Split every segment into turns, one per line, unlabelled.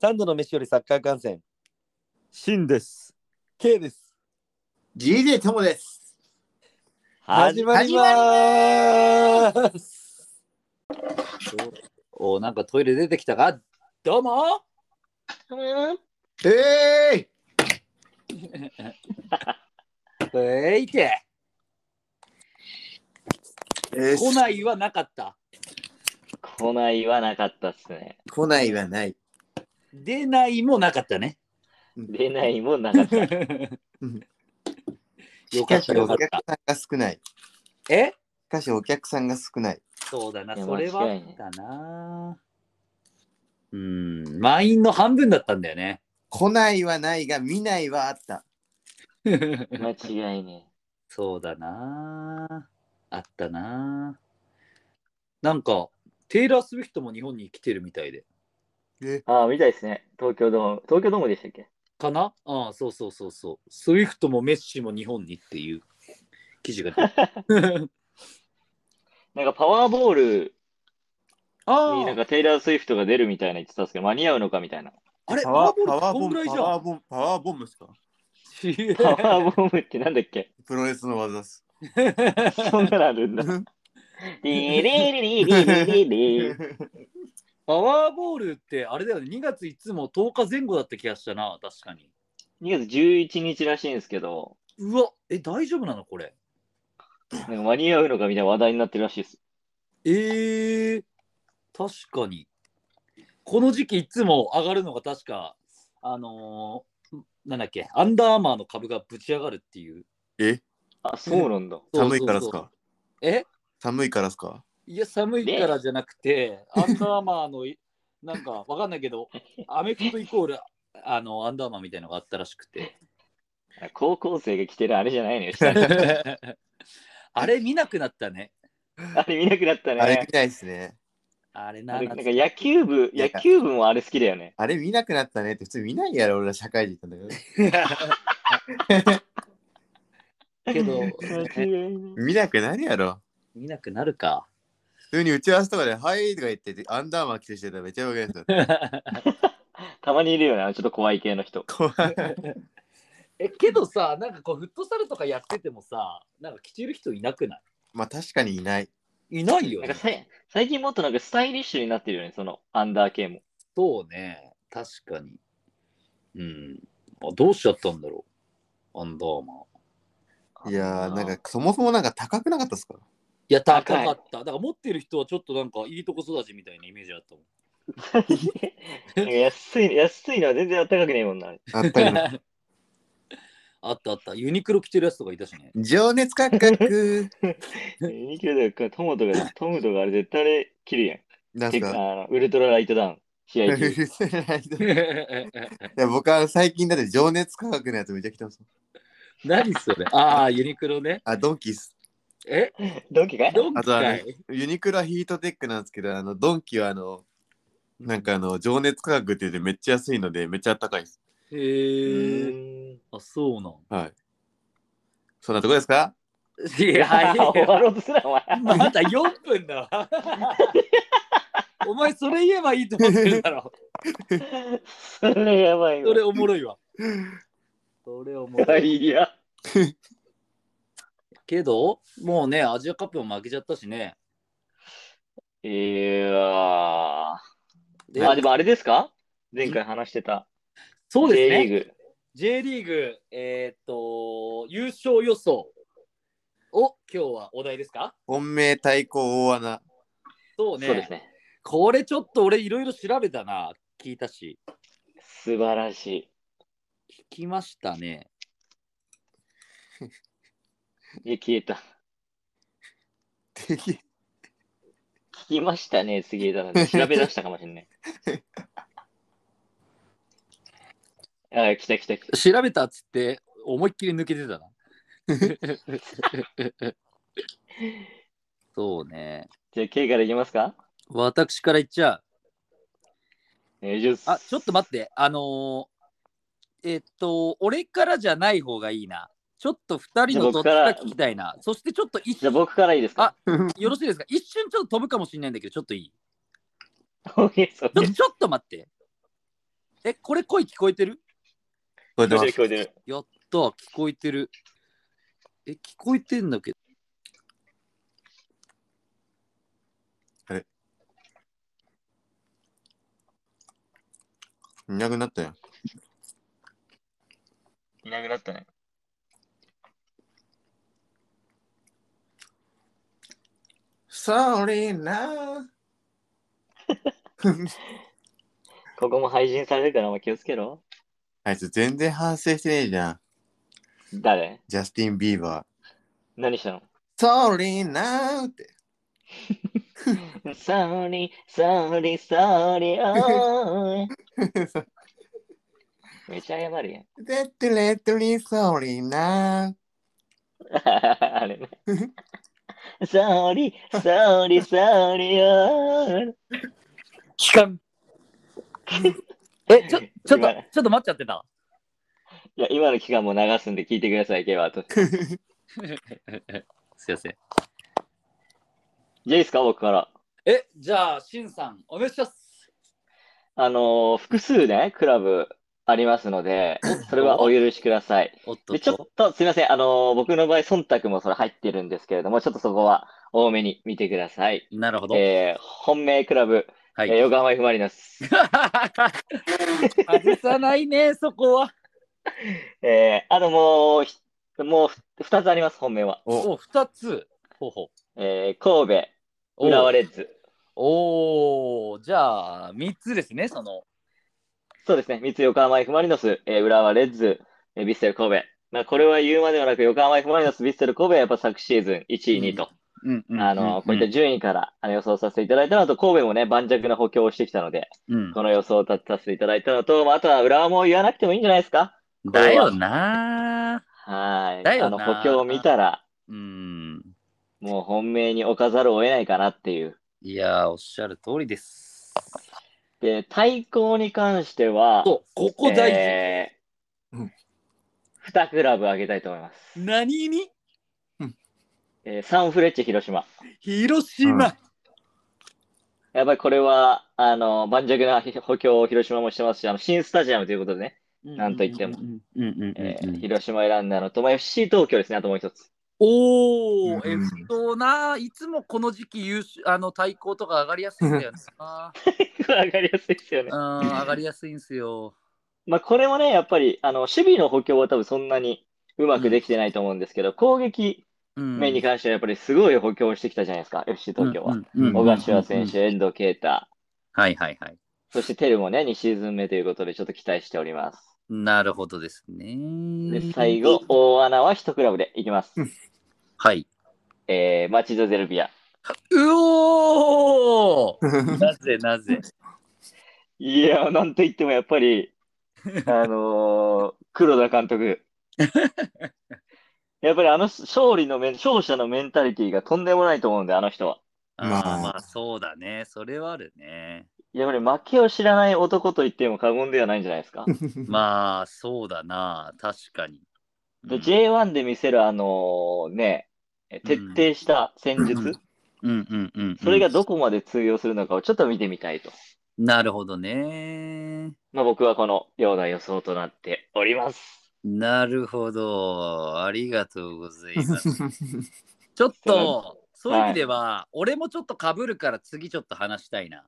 三度の飯よりサッカー観戦
シンです。
K です。
GJ ともです。
始まります。
お、なんかトイレ出てきたかどうも
ええ
えいて
ー、えー
来ないはなかった。
来ないはなかったっすね。
来ないはない。
出ないもなかった ね。
出ないもなかった。
よかったよか
しか
った
しお客。さんが少ない。し
え
かしお客さんが少ない。
そうだな、
いや
それは
間
あ
違い
っ
ない
たな。うん、満員の半分だったんだよ ね。
来ないはないが、見ないはあった。
間違いね
そうだな。あったな。なんか、テイラー・スウィフトも日本に来てるみたいで。
え。ああ、みたいですね。東京ドーム。東京ドームでしたっけ
かなああ、そうそうそうそう。スウィフトもメッシも日本にっていう記事が出 てる
なんかパワーボール
あ
になん
あ、
かテイラー・スウィフトが出るみたいな言ってたんですけど、間に合うのかみたいな。
あれ
パ
パ
ワ
ワ
ー
ーボ
パワーボ
ールこん
ム
ぐらいじ
パ
ゃ
ワー
ん
ボムパワーボムですか
ち
パ ワーボムってなんだっけ
プロレスの技です。
そんなのあるんだ。リリリリリリリリ
パワーボールってあれだよね、2月いつも10日前後だった気がしたな、確かに。
2月11日らしいんですけど、
うわ、え、大丈夫なのこれ。
なんか間に合うのかみたいな話題になってるらしいです。
ええ確かに。この時期いつも上がるのが確か、あのーなんだっけ、アンダーアーマーの株がぶち上がるっていう。
え
あ、そうなんだ。
そう
寒いからです
そう
か
そうえ
寒いからですか
いや、寒いからじゃなくて、アンダーアーマーのい、なんかわかんないけど、アメフトイコール、あの、アンダーアーマーみたいなのがあったらしく て。
高校生が着てるあれじゃないのよ。 下に
あれ見なくなったね。
あれ見なくなった
あれ見
ね。
ないですね。
あれな
なんか
懐か
野球部、野球部もあれ好きだよ ね。
あれ見なくなったねって普通見ないやろ、俺ら社会人なんだけど。
けど、
見なくなるやろ。
見なくなるか。
普通に打ち合わせとかで、はいとか言ってて、アンダーマー着てしてたらめっちゃわけですよ。
たまにいるよね、あのちょっと怖い系の人。
怖い。
えけどさなんかこうフットサルとかやっててもさなんか着てる人いなくな
まあ確かにいない。
いいないよ
なんかさ
ね
い最近もっとなんかスタイリッシュになってるよね、そのアンダー系も。
そうね確かにうんあどうしちゃったんだろうアンダーマン
いやー、なんかそもそもなんか高くなかったですか
いや高
高い
かっただから持ってる人はちょっとなんかいいとこ育ちみたいなイメージあったもん
なんか安い安いのは全然高くないもんな。
あったりの。
あったあったユニクロ着てるやつとかいたしね
情熱価格
2キロだからトモとかトムとかあれ絶対あれ切るやん。
なんす
結
か
構あのウルトラライトダウン試合 中。
いや僕は最近だって情熱価格のやつめっちゃ着てます。
何それああユニクロね
あ、ドンキっす。
え
ドンキかい
どンキ
あとあ
か
の
い、
ユニクロはヒートテックなんですけど、あの、ドンキはあの、なんかあの、情熱価格って言ってめっちゃ安いので、めっちゃ高いです。
へ
う
え
ーん
あそうなん
はい。そんなとこですか
い
いや
やいや
終 わろうとすな、お前。
まだ4分だ わ。お前それ言えばいいと思ってるだろ。
それやばい
そ
わ
れ。おもろいわ。それおもろい。
いや。
けど、もうね、アジアカップも負けちゃったしね。
いや
で
ー。あ、でもあれですか前回話してた。
そう
J
ですね。
リーグ。
J リーグ、えーっと、優勝予想を今日はお題ですか
本命対抗大穴。
そうね。
そうですね。
これちょっと俺いろいろ調べたな。聞いたし。
素晴らしい。
聞きましたね。
いや、消えた。
敵
聞きましたね、杉枝さん。調べ出したかもしれ ない。あ、来た来た来た。
調べたっつって思いっきり抜けてたな。そうね。
じゃあ、K からいきますか
私から言っちゃ
お願いします
う。あ、ちょっと待って。あのーえっと、俺からじゃない方がいいな。ちょっと2人のどっちか聞きたいな。そしてちょっと一
じゃあ
瞬、
僕からいいですか
よろしいですか一瞬ちょっと飛ぶかもしれないんだけど、ちょっといい
そうです。
ちょちょっと待って。え、これ声聞こえてる
これで
聞こ
も
えてる聞こえてる。
やった、聞こえてる。え、聞こえてんだけど。
い なくなったよ。
いなくなったね。
それな。
ここも配信されるからお前気をつけろ。
あいつ全然反省してねえじゃん。
誰
ジャスティン・ビーバ
何したの
それなって。
?Sorry, sorry, sorry, oh. めっちゃ謝るやん。
レッドレッドリーそれな。
あ れね。sorry, sorry, sorry, oh.
期間。え、ちょ、ちょっと、
今
ちょっと待っちゃってた。
いや、今の期間も流すんで聞いてください、ケバ ーと。
すいません。
じゃあいいですか、僕から。
え、じゃあ、しんさん、お願いします。
あのー複数ね、クラブありますので、それはお許しください。
おっと
で、
っ
ちょっ
と。
と、すいません。あのー僕の場合、忖度もそれ入ってるんですけれども、ちょっとそこは多めに見てください。
なるほど。
えー本命クラブ、
はい。
えー横浜 F ・マリノス。
外さないね、そこは。
えーあともうひ、もうふ2つあります、本命は。
お
お、二つ。ほうほう。
えー神戸、
お
浦和レッズ。
おーじゃあ、三つですね、その。
そうですね、三つ横浜 F ・マリノス、えー浦和レッズ、えーヴィッセル神戸。まあ、これは言うまでもなく、横浜 F ・マリノス、ヴィッセル神戸はやっぱ昨シーズン1位、2位と。
うんうん
あの、こういった順位からあの予想させていただいたのと、神戸もね、盤石な補強をしてきたので、
うん
この予想を立てさせていただいたのと、まあ、あとは浦和も言わなくてもいいんじゃないですか
だよな
はーい。
だよ
あの、
な
補強を見たら、
ーうん。
もう本命に置かざるを得ないかなっていう。
いやー、おっしゃる通りです。
で、対抗に関しては、
そう、ここ大事。
えー
うん
2クラブ上げたいと思います。
何に
えーサンフレッチェ広島。
広島、
う
やっぱりこれは、あの、盤石な補強を広島もしてますし、あの、新スタジアムということでね、なんといっても
うんうんうんうん
えー
うん
広島選んだのと、まあ、FC 東京ですね、あともう一つ。
おー、
うん
えっとな、いつもこの時期優秀あの対抗とか上がりやすいんだよな。
上がりやすいですよね
うん、。上がりやすいんすよ。
まあ、これもね、やっぱり、あの、守備の補強は多分そんなにうまくできてないと思うんですけど、攻撃
うん、
面に関してはやっぱりすごい補強をしてきたじゃないですか、FC 東京は。小柏選手、遠藤啓太、
はいはいはい。
そしてテルもね、2シーズン目ということでちょっと期待しております。
なるほどです
で、
ね。
最後、大穴は1クラブでいきます。
はい。
えー、マチド・ゼルビア。
うおーなぜな ぜ。
いやー、なんといってもやっぱ り、あのー黒田監督。やっぱりあの勝利のメン、勝者のメンタリティーがとんでもないと思うんで、あの人は。
あー
まあ
まあそうだね。それはあるね。
やっぱり負けを知らない男と言っても過言ではないんじゃないですか。
まあそうだな。確かに。
で
うん
J1 で見せるあのね、徹底した戦術、
うんうんうんうんうん。
それがどこまで通用するのかをちょっと見てみたいと。
なるほどね。
まあ、僕はこのような予想となっております。
なるほど。ありがとうございます。 ちょっと、そういう意味では、俺もちょっとかぶるから次ちょっと話したいな。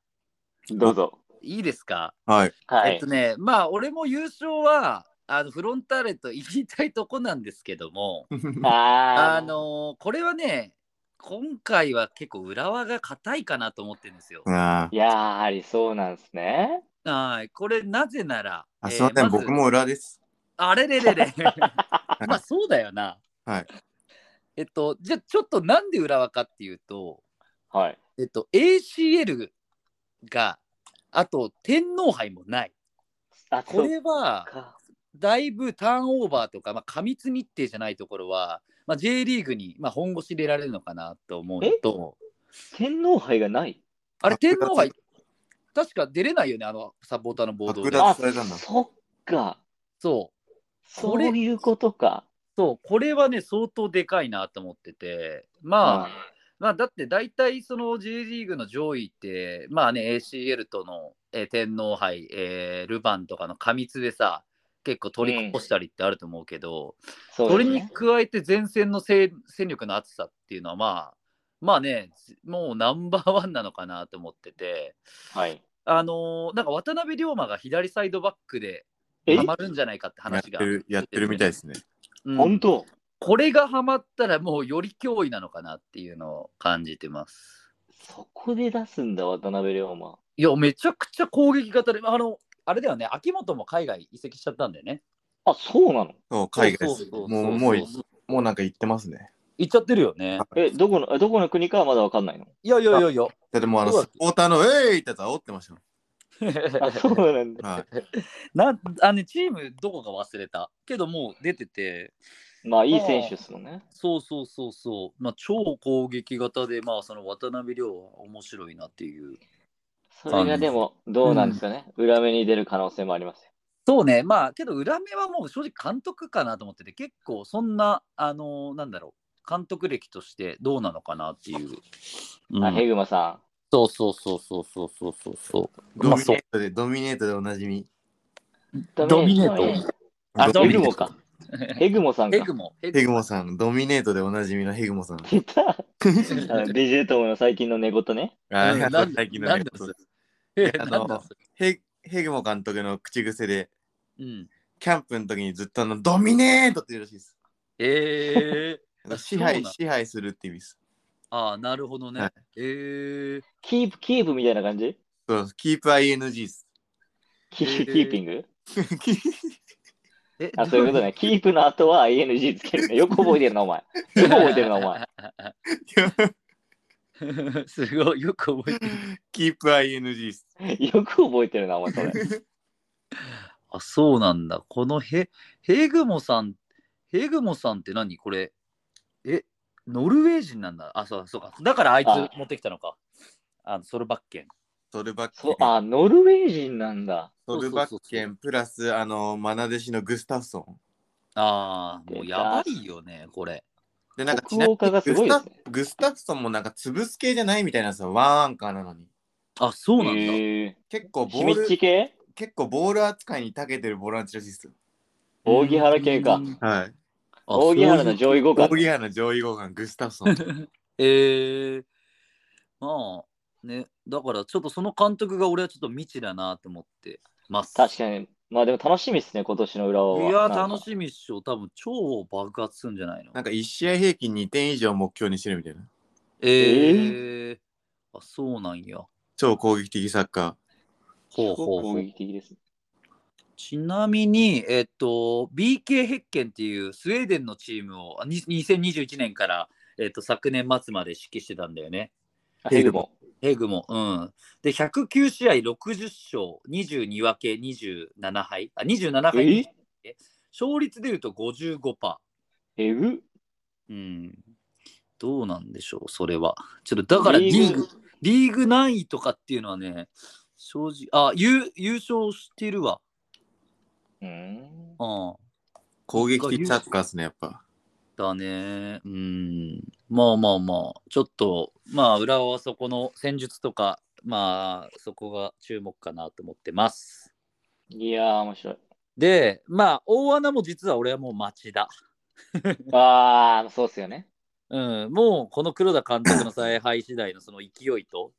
どうぞ。
いいですか、
はい。
は
えっ
い
と。ね、まあ俺も優勝はあのフロンターレと言いたいとこなんですけども、あ
あー
のこれはね、今回は結構浦和が硬いかなと思ってるんですよ。
あ
やーはりそうなんですね。
はい、これなぜなら、
あ、
え
す
ー
いません、
ず
僕も裏です。
あれれ れれ。まあそうだよな。
はい。
えっと、じゃあちょっとなんで浦和かっていうと、
はい。
えっと、ACL が、あと天皇杯もない。
あ、
こ
そ
れ
っ
は、
か。
だいぶターンオーバーとか、まあ、過密日程じゃないところは、まあ、J リーグに、まあ、本腰入れられるのかなと思うのと、
天皇杯がない。
あれ、天
剥奪
皇杯、確か出れないよね、あのサポーターの暴動
剥
で
奪。
あ、
それなんだ
そっか。
そう。
そ
これ
ういうことか。
そう、これはね、相当でかいなと思ってて、まあ、まあ、だって大体その J リーグの上位って、まあね、ACL との、えー天皇杯、えールヴァンとかの過密でさ、結構取りこぼしたりってあると思うけど、
そう
そ
で
れ
す
に
ね。
加えて前線のせい戦力の厚さっていうのは、まあ、まあね、もうナンバーワンなのかなと思ってて、
はい。
あのーなんか渡辺龍馬が左サイドバックで
え
ハマるんじゃないかって
やっ
話
て
が。
るやってるみたいですね。
うん
本当
これがハマったらもうより脅威なのかなっていうのを感じてます。
そこで出すんだ、渡辺龍馬。
いや、めちゃくちゃ攻撃型で、あの、あれだよね、秋元も海外移籍しちゃったんだよね。
あ、そうなの
そう海外です
そうそうそう
もうもうもうなんか言ってますね。
行っちゃってるよね。
え、どこの、えどこの国かはまだわかんないの
いやいやいやいや。
だってもうあの
そう
サポーターのえいってやつ煽ってましたも
あ、そうなんだ。
ん。はい。
なあのね、チームどこか忘れた。けどもう出てて、
まあ、いい選手ですもんね。
そうそうそうそう、まあ、超攻撃型で、まあ、その渡辺亮は面白いなっていう。
それがでも、どうなんですかね。裏目に出る可能性もありますよ。
そうね、まあ、けど裏目はもう正直監督かなと思ってて、結構そんな、あのなんだろう、監督歴としてどうなのかなっていう。うん
あ、ヘグマさ
そうそうそうそうそうそうそうそう。
ドミネ
そう
ートで、ドミネートでおなじみ。
ん。
ドミネートあド
ヘ
ミネ
グ
ー
モ
ト
か。ヘグモさん
エ
か
グ。モ。エ
ヘグモさん、ドミネートでおなじみのヘグモさん。
出た。あの DJ 友の最近の寝言ね。
あ
うん
ー
なん
最近の
な
ね
んだそれえ
あの
なんだそれ
ヘヘグモ監督の口癖で、
うん。
キャンプの時にずっとあのドミネートって言うらしいです。
えー。あ
支
そう
配
なん
支配するって意味です。
ああ、なるほどね。
はい
えー。
キープ、キープみたいな感じ
そう、キープ ING です。
キープ、
へー
キーピング
え
あ、そういうことね。キープの後は ING つけるね。よく覚えてるな、お前。よく覚えてるな、お前。
ね。すごい、よく覚えてる。
キープ ING です。
よく覚えてるな、お前、それ。
あ、そうなんだ。このヘ、ヘグモさん、ヘグモさんって何これ。え、ノルウェー人なんだ。あ、そうそうか。だからあいつ
あ
持ってきたのか。あのソルバッケン。
ソルバッケ
そう
ン、。
あ、ノルウェー人なんだ。
ソルバッケン、プラス、あの、マナ弟子のグスタフソン。
ああ、もう
出
や
た
ばいよね、これ。
で、なんか
北欧化がすごいですね
グスタフグスタフソンもなんか潰す系じゃないみたいなんですよ。ワンアンカーなのに。
あ、そうなんだ。
へー
結構ボ
秘
ー
密地
ル、
系
結構ボール扱いに長けてるボランチらしいですよ。
扇原系か。
はい。
あ
扇原の上位互
ボー
換
ル。ヤーの上位互換、グスタフ ソン。
ええまあね、だからちょっとその監督が俺はちょっと未知だなと思ってます。
確かに。まあでも楽しみですね、今年の裏は。
いや
なんか
ー、楽しみっしょ。多分超爆発するんじゃないの
なんか1試合平均2点以上目標にしてるみたいな。
ええあ、そうなんや。
超攻撃的サッカ
ほ
す
うほ
ご
う
く
ほ
攻
う。
撃的です。
ちなみに、えっと、BK ヘッケンっていうスウェーデンのチームをあに2021年から、えっと、昨年末まで指揮してたんだよね。
あ
ヘ
ヘ
グ
グ
モ
モ。
ヘグも。うん。で、109試合60勝、22分け、27敗。あ、27敗。
え
勝率でいうと55%。
えぐ
うん。どうなんでしょう、それは。ちょっとだからリーグ、リーグ何位とかっていうのはね、正直、あ、優優勝してるわ。
うーん。
うん。
ー。攻撃的サッカーですね、やっぱ。
だね。うん。まあまあまあ、ちょっと、まあ、浦和はそこの戦術とか、まあ、そこが注目かなと思ってます。
いやー、面白い。
で、まあ、大穴も実は俺はもう町田。
あー、そうっすよね。
うん、もうこの黒田監督の采配次第のその勢いと、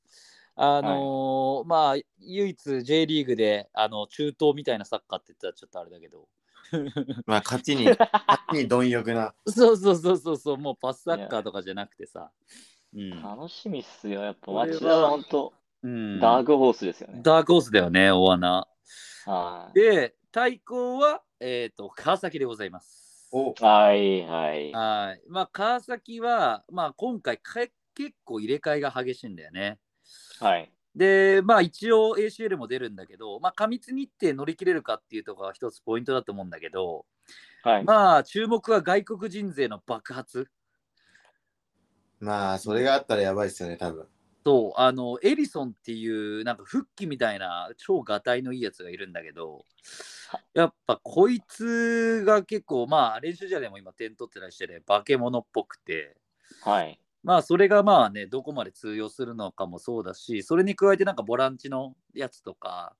あのーまあ、唯一 J リーグであの中東みたいなサッカーって言ったらちょっとあれだけど、
まあ、勝ち に、勝ちに貪欲な。
そうそうそうそうそう、もうパスサッカーとかじゃなくてさ、うん
楽しみっすよ。やっぱ
これは
町田は本当、
うん、
ダ
ダ
ークホースですよね。
ークホースだよね、大穴。
はい。
で、対抗は、えっと川崎でございます。
お
はい、はい。
はい。まあ、川崎は、まあ、今回か結構入れ替えが激しいんだよね。
はい。
で、まあ一応 ACL も出るんだけど、まあ過密日程乗り切れるかっていうところが一つポイントだと思うんだけど、
はい。
まあ注目は外国人勢の爆発。
まあ、それがあったらやばいですよね、多分。
そう、あの、エリソンっていう、なんか、復帰みたいな、超がたいのいいやつがいるんだけど、やっぱ、こいつが結構、まあ、練習試合でも今、点取ってらっしゃる、化け物っぽくて、
はい。
まあ、それがまあね、どこまで通用するのかもそうだし、それに加えて、なんか、ボランチのやつとか、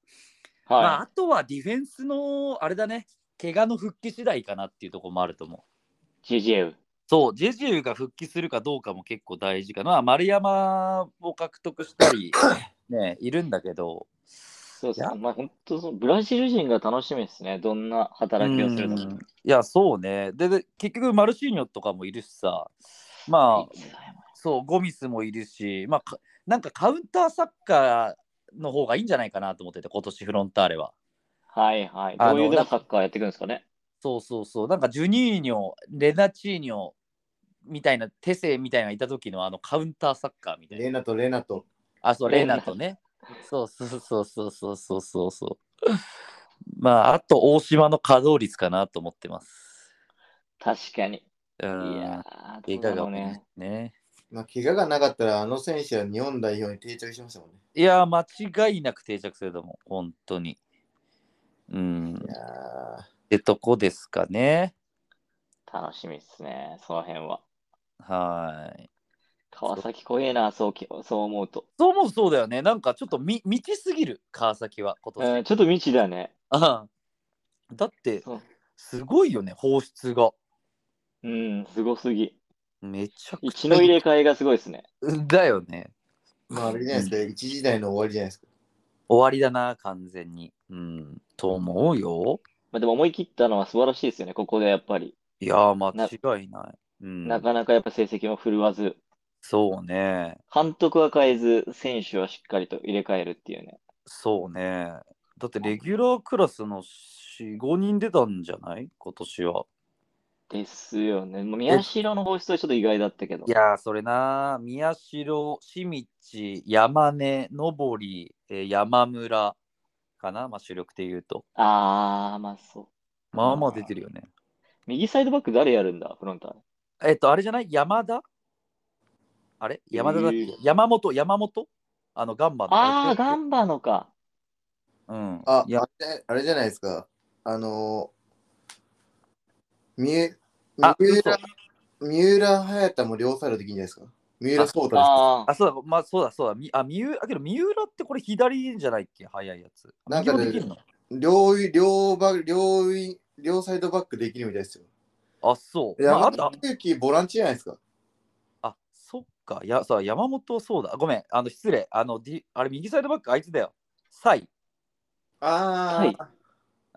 まあ、
は
あとはディフェンスの、あれだね、怪我の復帰次第かなっていうところもあると思う。
い。GGF。
そう、ジェジューが復帰するかどうかも結構大事かな。丸山を獲得した り、ね、いるんだけど、
そうです
い
ね
や。
まあ本当そのブラジル人が楽しみですね。どんな働きをするの
う
か
ん。いや、そうね。で、で結局、マルシーニョとかもいるしさ、まあ、そう、ゴミスもいるし、まあ、かなんかカウンターサッカーの方がいいんじゃないかなと思ってて、今年フロンターレは。
はいはい。
あ
ど
の
ういうでもサッカーやっていくんですかね。
そうそうそう、なんかジュニーニョ、レナチーニョみたいな、テセみたいなのがいた時のあのカウンターサッカーみたいな。
レナとレナと。
あ、そう、レ
レ
ー
ーナ
ナとね。そうそうそうそうそうそうそうそう。まあ、あと大島の稼働率かなと思ってます。
確かに。
う
い
ん
や。ー、
い
ど
か
うだろう
が
ね
ね。。ね。
まあ、怪我がなかったら、あの選手は日本代表に定着しましたもんね。
いやー、間違いなく定着すると思う。本当に。うん。っ
いやー
てとこですかね。
楽しみですね。その辺は。
はい。
川崎怖えな、そうきそう思うと。
そう思うとそうだよね。なんかちょっとみ満ちすぎる、川崎は今
え
年。
ーちょっと未知だね。
ああだって、
そう
すごいよね、放出が。
うん、すごすぎ。
めちゃく
一
ちゃ
の
い
入
い。
れ替えがすごいですね。
だよね。
まあ、あれじゃないですか、一時代の終わりじゃないですか。
終わりだな、完全に。うん。と思うよ。
まあ、でも思い切ったのは素晴らしいですよね。ここでやっぱり。
いやー、間違いない。うん、
なかなかやっぱ成績も振るわず、
そうね。
監督は変えず、選手はしっかりと入れ替えるっていうね。
そうね。だって、レギュラークラスの4、5人出たんじゃない今年は。
ですよね。もう宮代の放出はちょっと意外だったけど
い。やー、それな。宮代、清道、山根、のぼり、えー山村かな。まあ、主力で言うと。
あー、まあそう。
まあまあ出てるよね。
右サイドバック誰やるんだ、フロンターレ。
えっ、と、あれじゃない山田あれ山田だっけ、
えー
山本山本あの、ガンバの。
あー、ガンバのか。
うん。
あ、あ
いや
れあれじゃないですか。あのー、みえ
あ
三浦、三浦隼太も両サイドできるんじゃないですか。三浦颯太です。
あー
あ、そうだ、まあ、そうだ、そうだ。みあ、三浦、あけど三浦ってこれ左じゃないっけ早いやつ。
なんかね
右もできるの
両い、両バ両い、両サイドバックできるみたいですよ。
あ、そう。まあ、
山
あとあ
本勇輝ボランチじゃないですか。
あ、そっか。いや、さ、山本はそうだ。ごめん、あの、失礼。あの、ディあれ、右サイドバック、あいつだよ。サイ。
ああ、
はい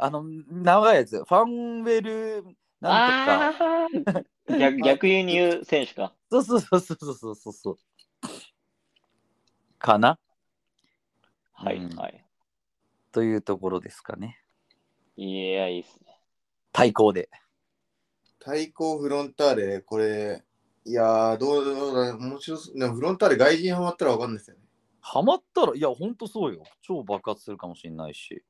あの、長いやつ。ファンウェル、なんとか。
あー逆逆輸入選手か。
そうそうそうそうそうそうそう。かな
はい
うん
はい。
というところですかね。
いや、いいっすね。
対抗で。
対抗フロンターレ、これ、いやー、どうどうだ、面白そう。でもフロンターレ外人ハマったらわかんないですよね。
ハマったら、いや、ほんとそうよ。超爆発するかもしれないし。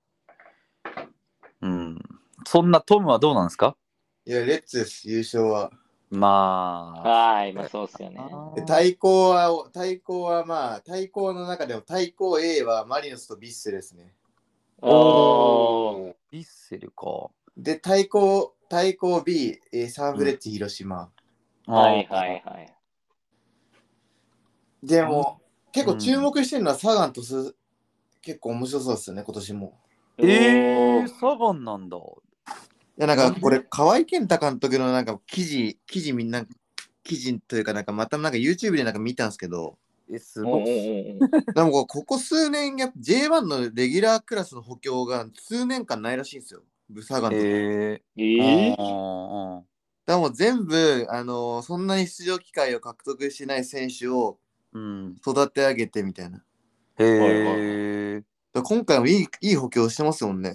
うん。そんなトムはどうなんですか
いや、レッツです、優勝は。
まあ。
はい、まあそうっすよね。
で対抗は、対抗はまあ、対抗の中でも対抗 A はマリノスとビッセですね。
おー。
ビッセルか。
で、対抗、対抗 B、えーサンフレッチェ広島。
はいはいはい。
でも、結構注目してるのはサガンとス、結構面白そうですよね、今年も。
い。え
お
ー、
ー
サガンなんだ。
いや、なんか、これ、河合健太監督のなんか記事、記事みんな、記事というか、なんかまたなんか YouTube でなんか見たんですけど、
え、す
お
ご
ーお
い。
ーおー
でもこうここ数年、やっぱ J1 のレギュラークラスの補強が数年間ないらしいんですよ、ブサガンとか。
えー。
えー
あー
だからもう全部、あのーそんなに出場機会を獲得してない選手を
うん。
育て上げてみたいな。だ
へ
はい
えー。
から今回もいいいい補強してますもんね。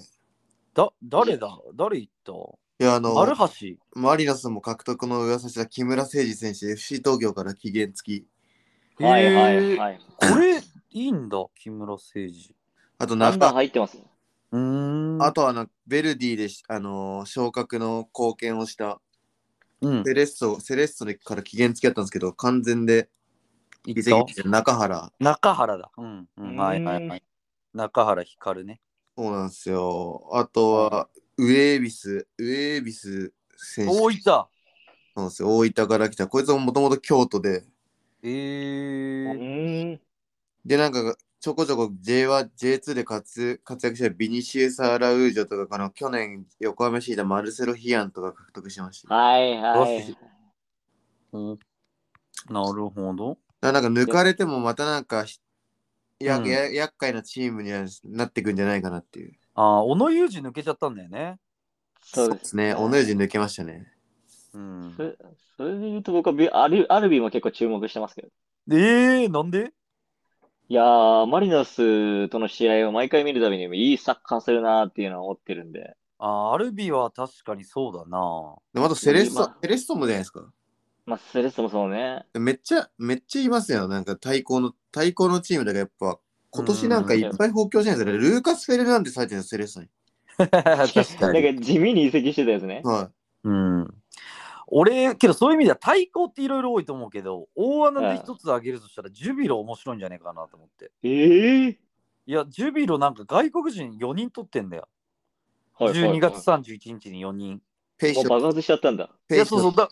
だ、誰だ誰行った
いや、あの
丸
ー
橋。
マリノスも獲得の噂した木村誠二選手、FC 東京から期限付き。
はいはい
えー
はい。
これ、いいんだ、木村誠二。
あと
だ
中
んだん入ってます。
うーん。
あとあの、ベルディでし、あのー昇格の貢献をした
うん。
セレッソ、セレッソでから期限付きだったんですけど、完全で移
一
籍
等
してる中原。
中原だ。うん、うん、はいはいはい。中原光ね。
そうなんですよ。あとは、ウエービス、ウエービス選手。
大分
そうなんですよ。大分から来た。こいつももともと京都で。
えー、
ん。
で、なんか、ちょこちょこ J は J2 で活活躍したビニシウス・アラウージョとか、あの去年横浜市いたマルセロ・ヒアンとか獲得しました。
はいはい。
おなるほど。
だからなんか抜かれてもまたなんかし、や
うん
や厄介なチームにはなってくんじゃないかなっていう。
ああ、小野裕二抜けちゃったんだよね。
そうです。
すね。おのよじ抜けましたね。
うん
そ、れそれで言うと僕はビアルアルビーも結構注目してますけど。
えー、なんで
いやー、マリノスとの試合を毎回見るたびにいいサッカーするなーっていうのは思ってるんで。
あーアルビは確かにそうだな。
でもあとセレッソ
今、
セレッソもじゃないですか。
まあ、セレッソもそうね。
めっちゃ、めっちゃいますよ。なんか対抗の、対抗のチームだからやっぱ、今年なんかいっぱい補強してるんですよね。ルーカス・フェルナンデス入ってるんですよ、セレッソに。
確
な
か
ん
に。
か地味に移籍してたやつね。
は
うん。俺、けどそういう意味では対抗っていろいろ多いと思うけど、大穴で一つ挙げるとしたら、ジュビロ面白いんじゃないかなと思って。
ええ
いや、ジュビロなんか外国人4人取ってんだよ。
はいはいはい
12月31日に4人。
い。ペイシ
もう
ョン、
爆発しちゃったんだ。
い
ペ
や、
イシ
そう
ョ
そう
ン。
だ。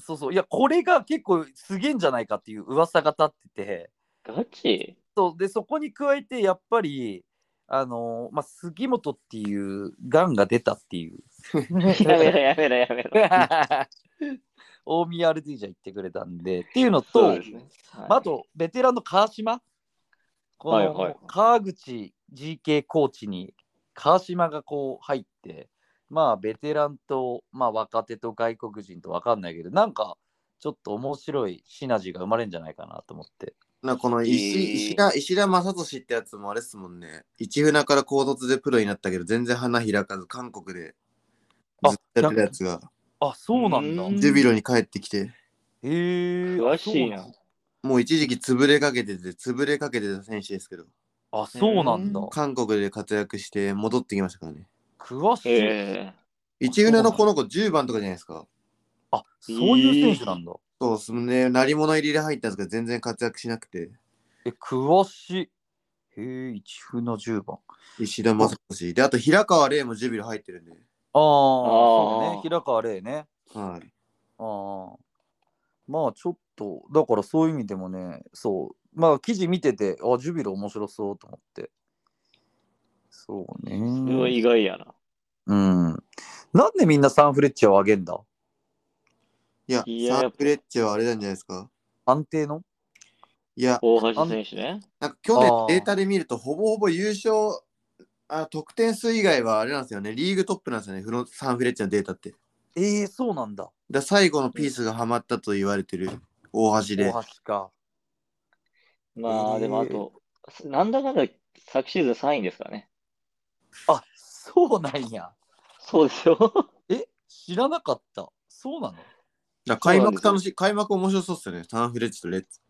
そうそう。いや、これが結構すげえんじゃないかっていう噂が立ってて。
ガチ
そうでそこに加えてやっぱりあのーまあ杉本っていうがんが出たっていう
やめろやめろやめろ。
大宮アルディージャ行ってくれたんでっていうのと
そうですね。はい
まあ、あ、とベテランの川島この、
はいはい
川口 GK コーチに川島がこう入ってまあベテランと、まあ、若手と外国人と分かんないけどなんかちょっと面白いシナジーが生まれるんじゃないかなと思って
なんかこの石石田、石田正俊ってやつもあれっすもんね。一船から高卒でプロになったけど、全然花開かず、韓国で
あ
ずっとやってたやつが、
あそうなんだ
うーん
ジュビロに帰ってきて、
へえ
詳しいな。
もう一時期潰れかけてて、潰れかけてた選手ですけど、
あ、そうなんだ。
韓国で活躍して戻ってきましたからね。
詳しい。
え
一船のこの子10番とかじゃないですか。
あ、そういう選手なんだ。
そうですね。鳴り物入りで入ったんですけど、全然活躍しなくて。
え、詳しい。へえ、一風の10番。
石田正俊。で、あと平川玲もジュビロ入ってるんで。
ああ、そう
あ
ね
ー。
平川玲ね。
はい。
ああ。まあ、ちょっと、だからそういう意味でもね、そう。まあ、記事見てて、あ、ジュビロ面白そうと思って。そう
えうわ
ね。
意外やな。
うん。なんでみんなサンフレッチェを上げんだ
いや、
いや
サンフレッチェはあれなんじゃないですか。
安定の
いや、
大橋選手ね。
なんか去年
あー
データで見ると、ほぼほぼ優勝、あ得点数以外はあれなんですよね。リーグトップなんですよね。フロンサンフレッチェのデータって。だか
ええそうなんだ。
ら最後のピースがはまったと言われてる大橋で
大。橋か。
まあ、でもあと、なんだかんだ昨シーズン3位ですからね。
あ、そうなんや。
そうですよ。
え知らなかった。そうなの
だから開幕
そうなん
楽
で
しい、開幕面白そうっすよね。サンフレッチェとレッツ。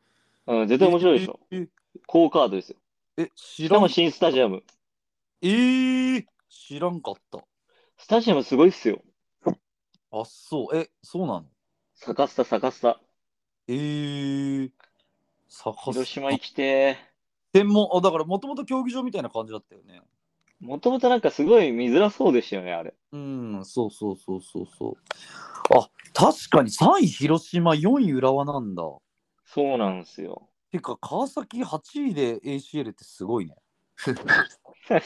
うん、絶対面白いでしょ。
え
高カードですよ。
え、知
しからも
ん。
新スタジアム。
えー、知らんかった。
スタジアムすごいっすよ。
あ、そう。え、そうなの
坂下、坂下。
えー、坂
広島行きて
専門、あ、だからもともと競技場みたいな感じだったよね。
ー。もともとなんかすごい見づらそうでしたよね、あれ。
うん、そうそうそうそうそう。あ、確かに3位広島、4位浦和なんだ。
そうなんですよ。
てか、川崎8位で ACL ってすごいね。
あれ、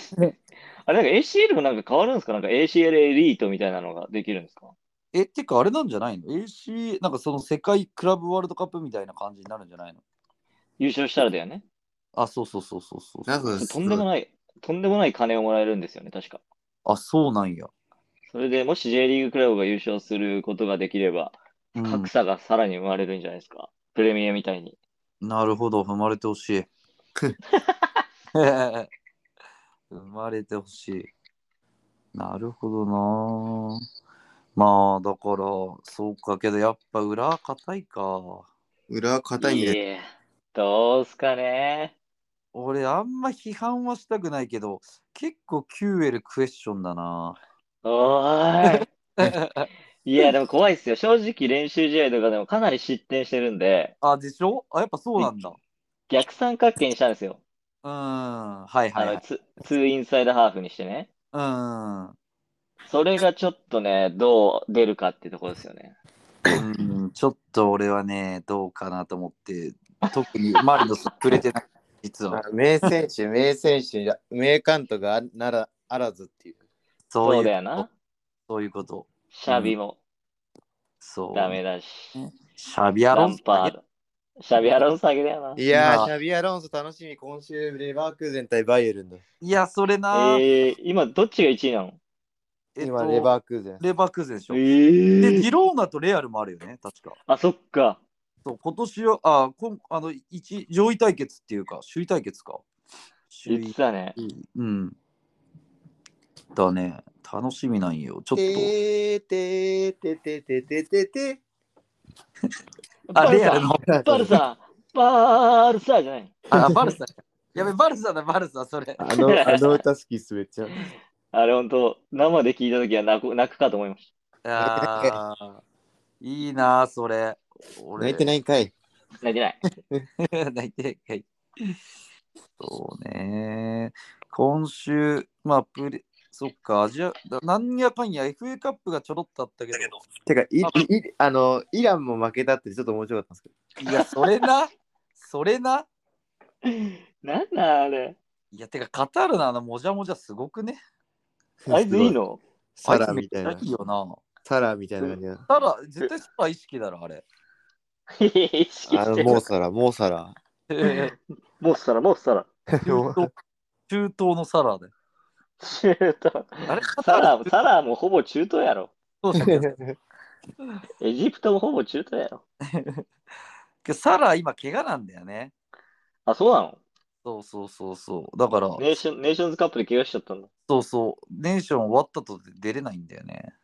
なんか ACL もなんか変わるんですかなんか ACL エリートみたいなのができるんですか
え、てかあれなんじゃないの ?AC、なんかその世界クラブワールドカップみたいな感じになるんじゃないの
優勝したらだよね。
あ、そうそうそうそうそうそう。
なんか
とんでもない、とんでもない金をもらえるんですよね、確か。
あ、そうなんや。
それでもし J リーグクラブが優勝することができれば、
うん
格差がさらに生まれるんじゃないですか。プレミアみたいに。
なるほど、踏まれてほしい。踏まれてほしい。なるほどな。まあ、だから、そうか、けどやっぱ裏硬いか。
裏は硬いんで。
いえどうすかね。
俺、あんま批判はしたくないけど、結構 QL クエスチョンだな。
おーいや、でも怖いっすよ。正直練習試合とかでもかなり失点してるんで、
あ、でしょあ、やっぱそうなんだ。う
逆三角形にしたんですよ。
ー
あ
ん。はいはい、は
の、
い。
ツツーインサイドハーフにしてね。
うーん。
それがちょっとね、どう出るかってところですよね。
うんちょっと俺はね、どうかなと思って、特にマリノス触れてない、実は。
名選手、名選手、名監督があならあらずっていう。
そうい
そう
う
だよな。
そういうこと。
シャビも
そう。
ダメだし、
シャビア
ラ
ロン
ンパード。シャビアロンスだけだよ
いや
ま
ー、
あ
シャビア・ロンソ楽しみ。今週、レバークーゼン対バイエルンだ。
いや、それ
な。
な、
えー、今どっちが1位なの
えっと
今、レバークーゼン。
レバークーゼンでしょ。で、
え
ディローナとレアルもあるよね、確か。
あ、そっか。
そう今年は、あ、こんあの一上位対決っていうか、首位対決か。
言っ
首
てたね。
位。うん。だね。楽しみなんよ。ちょっと。
てーてーてーてーてーてーてーてー
あ、
バル
レア
サ
ルの。
バルサバルサじゃない。
あ、バルサ。 やべ、バルサだ、バルサ、それ。
あの、あの歌好きっす、めっちゃ。
あれ本当生で聞いた時は泣く泣くかと思いまし
あーいいな、それ。俺
泣いてないんかい。
た。泣いてない。
泣いてはい。そうね。今週、まあ、プレ、そっか、アジア、だなんやかんや FA カップがちょろっとあったけど、
てか、い
あ
いあの、イランも負けたってちょっと面白かったんですけど。
いや、それな、それな、
なんだあれ。
いや、てか、カタールのあの、もじゃもじゃすごくね。
あいついいの
サ
あ
ラ
つめっ
み
ち
たい
ゃ。
ない
いよな。
サラみたいな感じだ。
ただ、絶対サラ意識だろ、あれ。
意識
あ
し
の、
て
も
る
う。サラ、もうサラ。
もうしたらもうしたら。
中東中東のサラで。
中東。
あれ、カタ
サ
ール
ラ、サラもほぼ中東やろ。
そうだけど
エジプトもほぼ中東やろ。
けどサラ、今、怪我なんだよね。
あ、そうなの
そうそうそうそう。だから、
ネーションネーションズカップで怪我しちゃったんだ。
そうそう。ネーション終わったとて出れないんだよね。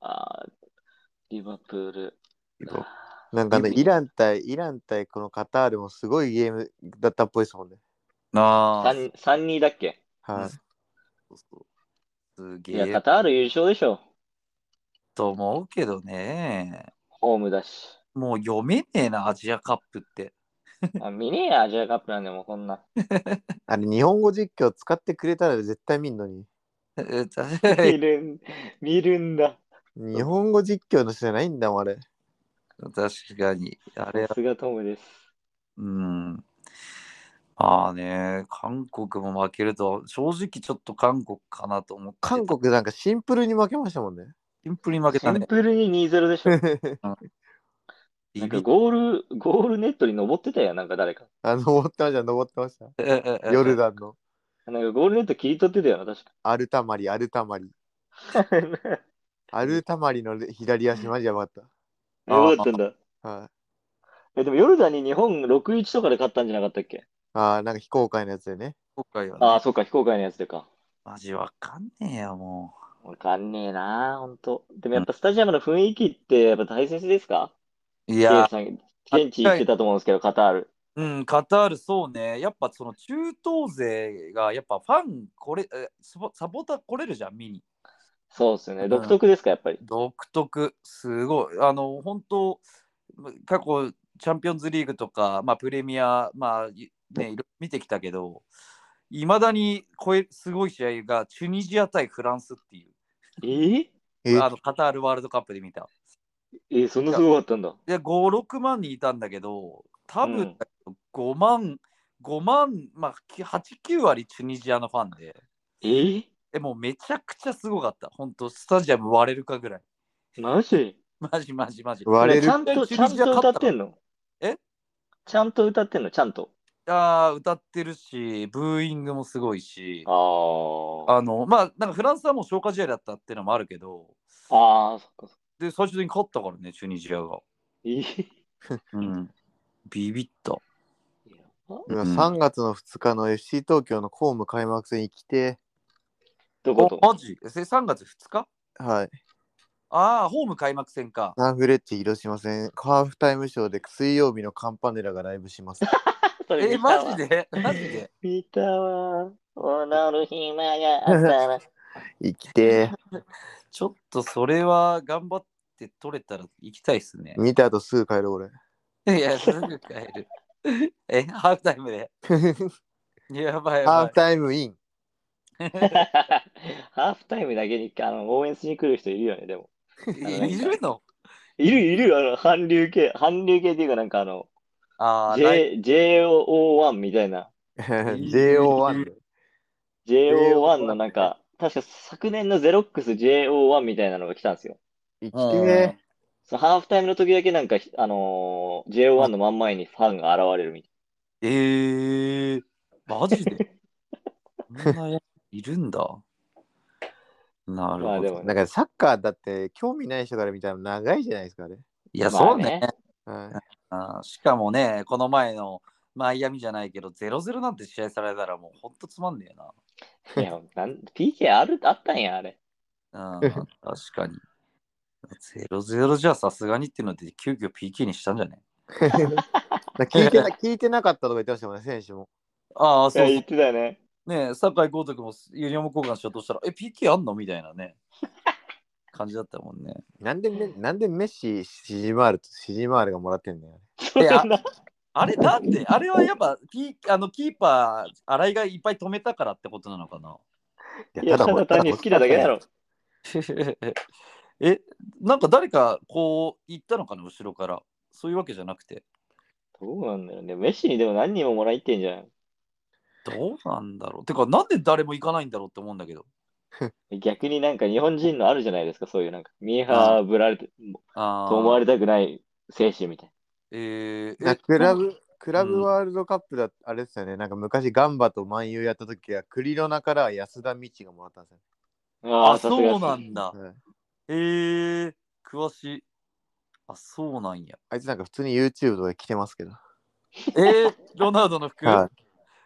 あーリバプール。
なんかね、イラン対、イラン対このカタールもすごいゲームだったっぽいですもんね。
なあ。
3、2だっけ
はい。
そうそうす
い
げ
や、
え
カタール優勝でしょ。
と思うけどね。
ホームだし。
もう読めねえな、アジアカッ プって。
あ見ねえや、アジアカップなんでもうこんな。
あれ、日本語実況使ってくれたら絶対見んのに。
見るん、見るんだ。
日本語実況の人じゃないんだもん、あれ。
確かに。あれ
さ、すがトムです。
うん。まあね、韓国も負けると、正直ちょっと韓国かなと思ってた。
韓国なんかシンプルに負けましたもんね。
シンプルに負け
シ
た
ン
ね。
プルに2-0でしょ。 なんかゴール、ゴールネットに登ってたよ、なんか誰か。
あ、登ってました、登ってました。ヨル
夜。
ダンの。
なんかゴールネット切り取ってたよな、 確
アルタマリ、アルタマリ。
か。
アルタマリの左足マジやばかっ
あー
よかったんだ。
た。はい。
え、でもヨルダンに日本6-1とかで勝ったんじゃなかったっけ
ああ、なんか非公開のやつでね。
今回はね
ああ、そうか、非公開のやつでか。
マジわかんねえよ、も
わかんねえな、ほんと。でもやっぱスタジアムの雰囲気ってやっぱ大切ですか
う。い
ケイ
や
さん、現地行ってたと思うんですけど、カタール。
うん、カタール、そうね。やっぱその中東勢が、やっぱファン、これ、えサポサポーター来れるじゃん、見に。
そうっすよ
う
ね。
ん
独特ですか、やっぱり。
独特、すごい。あの、本当、過去、チャンピオンズリーグとか、まあ、プレミア、まあ、いね、いろいろ見てきたけど、いまだに超えすごい試合が、チュニジア対フランスっていう、
えー
え
あのカタールワールドカップで見た。
えー、そんなすごかったんだ。
で、5、6万人いたんだけど、多
う
分
ん
5万、5万、まあ、き8、9割チュニジアのファンで。
えー
え、もうめちゃくちゃすごかった。本当スタジアム割れるかぐらい。
マジ
マジマジマジ。
割れる
ちゃんと、ちゃんと歌ってんの
え
ちゃんと歌ってんのちゃんと。
あー歌ってるし、ブーイングもすごいし、
ああ。
あの、まあ、なんかフランスはもう消化試合だったっていうのもあるけど、
ああ、そっかそっか。
で、最終的に勝ったからね、チュニジアが。
えー
うん。ビビった。
今3月の2日の FC 東京の公務開幕戦に来て、
どこ
お
と
マジえ、3月2日
はい。
ああ、ホーム開幕戦か。
サンフレッチェ広島戦、ハーフタイムショーで水曜日のカンパネラがライ ブします。
それ
え、
見たわ
マジで マジで
見たわ。踊る暇があったら。
生きて
ちょっとそれは頑張って取れたら行きたいっすね。
見た後すぐ帰 る俺。
いや、すぐ帰る。え、ハーフタイムで。やばいや
ハー
ば
フタイムイン。
ハーフタイムだけにあの応援しに来る人いるよね、でも。
い。いるの
いるいる、あの、韓流系、韓流系っていうかなんかあの、
ああ、ライ
J、JO1 みたいな、
JO1 で。
JO1 のなんか、確か昨年のゼロックス JO1 みたいなのが来たんですよ。
生きて
そのハーフタイムの時だけなんか、ひあのー JO1 の真ん前にファンが現れるみたい
えー、マジ でそんなやついるんだ。なる
まあ
ほ
で
ど。
も
ー。なんかサッカーだって興味ない人から見たら長いじゃないですかね。
いや、
ま
そ
あ
う
ね
ね。
はい
あーしかもね、この前のマイアミじゃないけど、0-0なんて試合されたらもうほんとつまんねえな。
な。いや、なん PK ある、あったんや、あれ。
うん、確かに。0-0じゃさすがにっていうので、急遽 PK にしたんじゃね
だから聞いてな聞いてなかったとか言ってましたもんね、選手も。
ああ、
い
そう
や、
そう
言ってたよね。
ねえ、酒井豪徳もユニフォーム交換しようとしたら、え、PK あんのみたい なね、感じだったもんね。
なんでメなんでメッシ、シジマールとシジマールがもらってんだよ。
いや、あれなんで、あれはやっぱ、キーあのキーパー、新井がいっぱい止めたからってことなのか な。
い
いや、ただ単に好きなだけだ。ろ。
え、なんか誰かこう言ったのかな、後ろから。そういうわけじゃなくて。
どうなんだよね。メッシにでも何人ももらいってんじゃん。
どうなんだろう。てか、なんで誰も行かないんだろうって思うんだけど。
逆になんか日本人のあるじゃないですか、そういうなんか、ミーハーぶられて、
あ
と思わ
ー
れたくない精神みたい
えー、
なん
え
かクラブ、クラブワールドカップだ、あれですよね、なんか昔ガンバと万有やった時は、クリロナからは安田道がもらったんですよ。
な。あ
あ、
あ、さすが
そうなんだ。
はい
えー、詳しい。あ、そうなんや。
あいつなんか普通に YouTube とか着てますけど。
えー、ロナウドの服、
は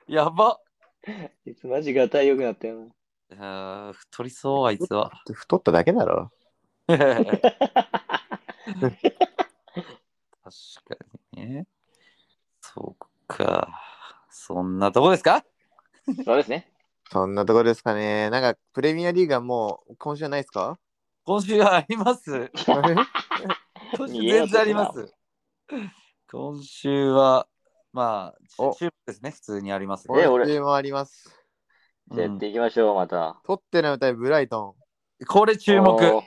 やば
いつマジがたい良くなったよな。
あー太りそう、あいつは。
太っただけだろ。
確かにね。そうか。そんなとこですか
そうですね。
そんなところですかね。なんかプレミアリーグはもう今週はないですか
今週はあります。今週全然あります。今週は、まあ
お、
週ですね、普通にありますね。
え俺
今週もあります。
うん
じゃあやっていきましょう、また。
トッテナム対ブライト
これ注
お
目。
ー。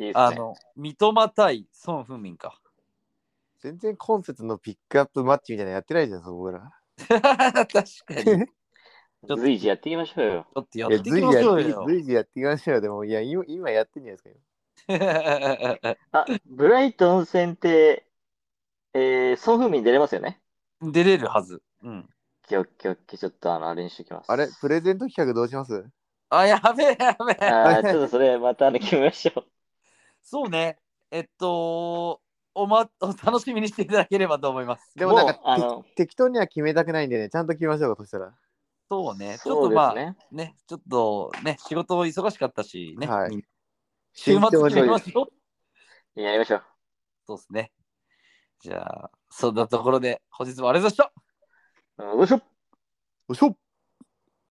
いいっ
あ
すね。
の、三笘対孫文民か。
ン。全然今節のピックアップマッチみたいなのやってないじゃん、そこら。
確かに。ちょっと
随時やっていきましょうよ。
ちょっとや
いや
ってい
随
きま
時
し
や
ょ
っ
う
て
よ。
随時やっていきましょうよ。でも、いや、今今やってんじゃないですか。
あ、ブライトン戦って、えー、ソン・フンミン出れますよね。
出れるはず。うん。
きょきょきょちょっとあの、あれにしておきます。
あれ、プレゼント企画どうします
あ、やべえやべえ。
あーちょっとそれ、またね、決めま しょう。
そうね。えっと、おま、 お楽しみにしていただければと思います。
でもなんか
うあの、
適当には決めたくないんでね、ちゃんと決めましょうか、そしたら。
そうね。ちょっ
そう
と
で
ますあ、ね
ね。
ちょっとね、仕事忙しかったしね。
はい
み週末決めましょう。
やりましょう。
そうですね。じゃあ、そんなところで、本日もありがとうございました。
うんどうしよう
よいしょ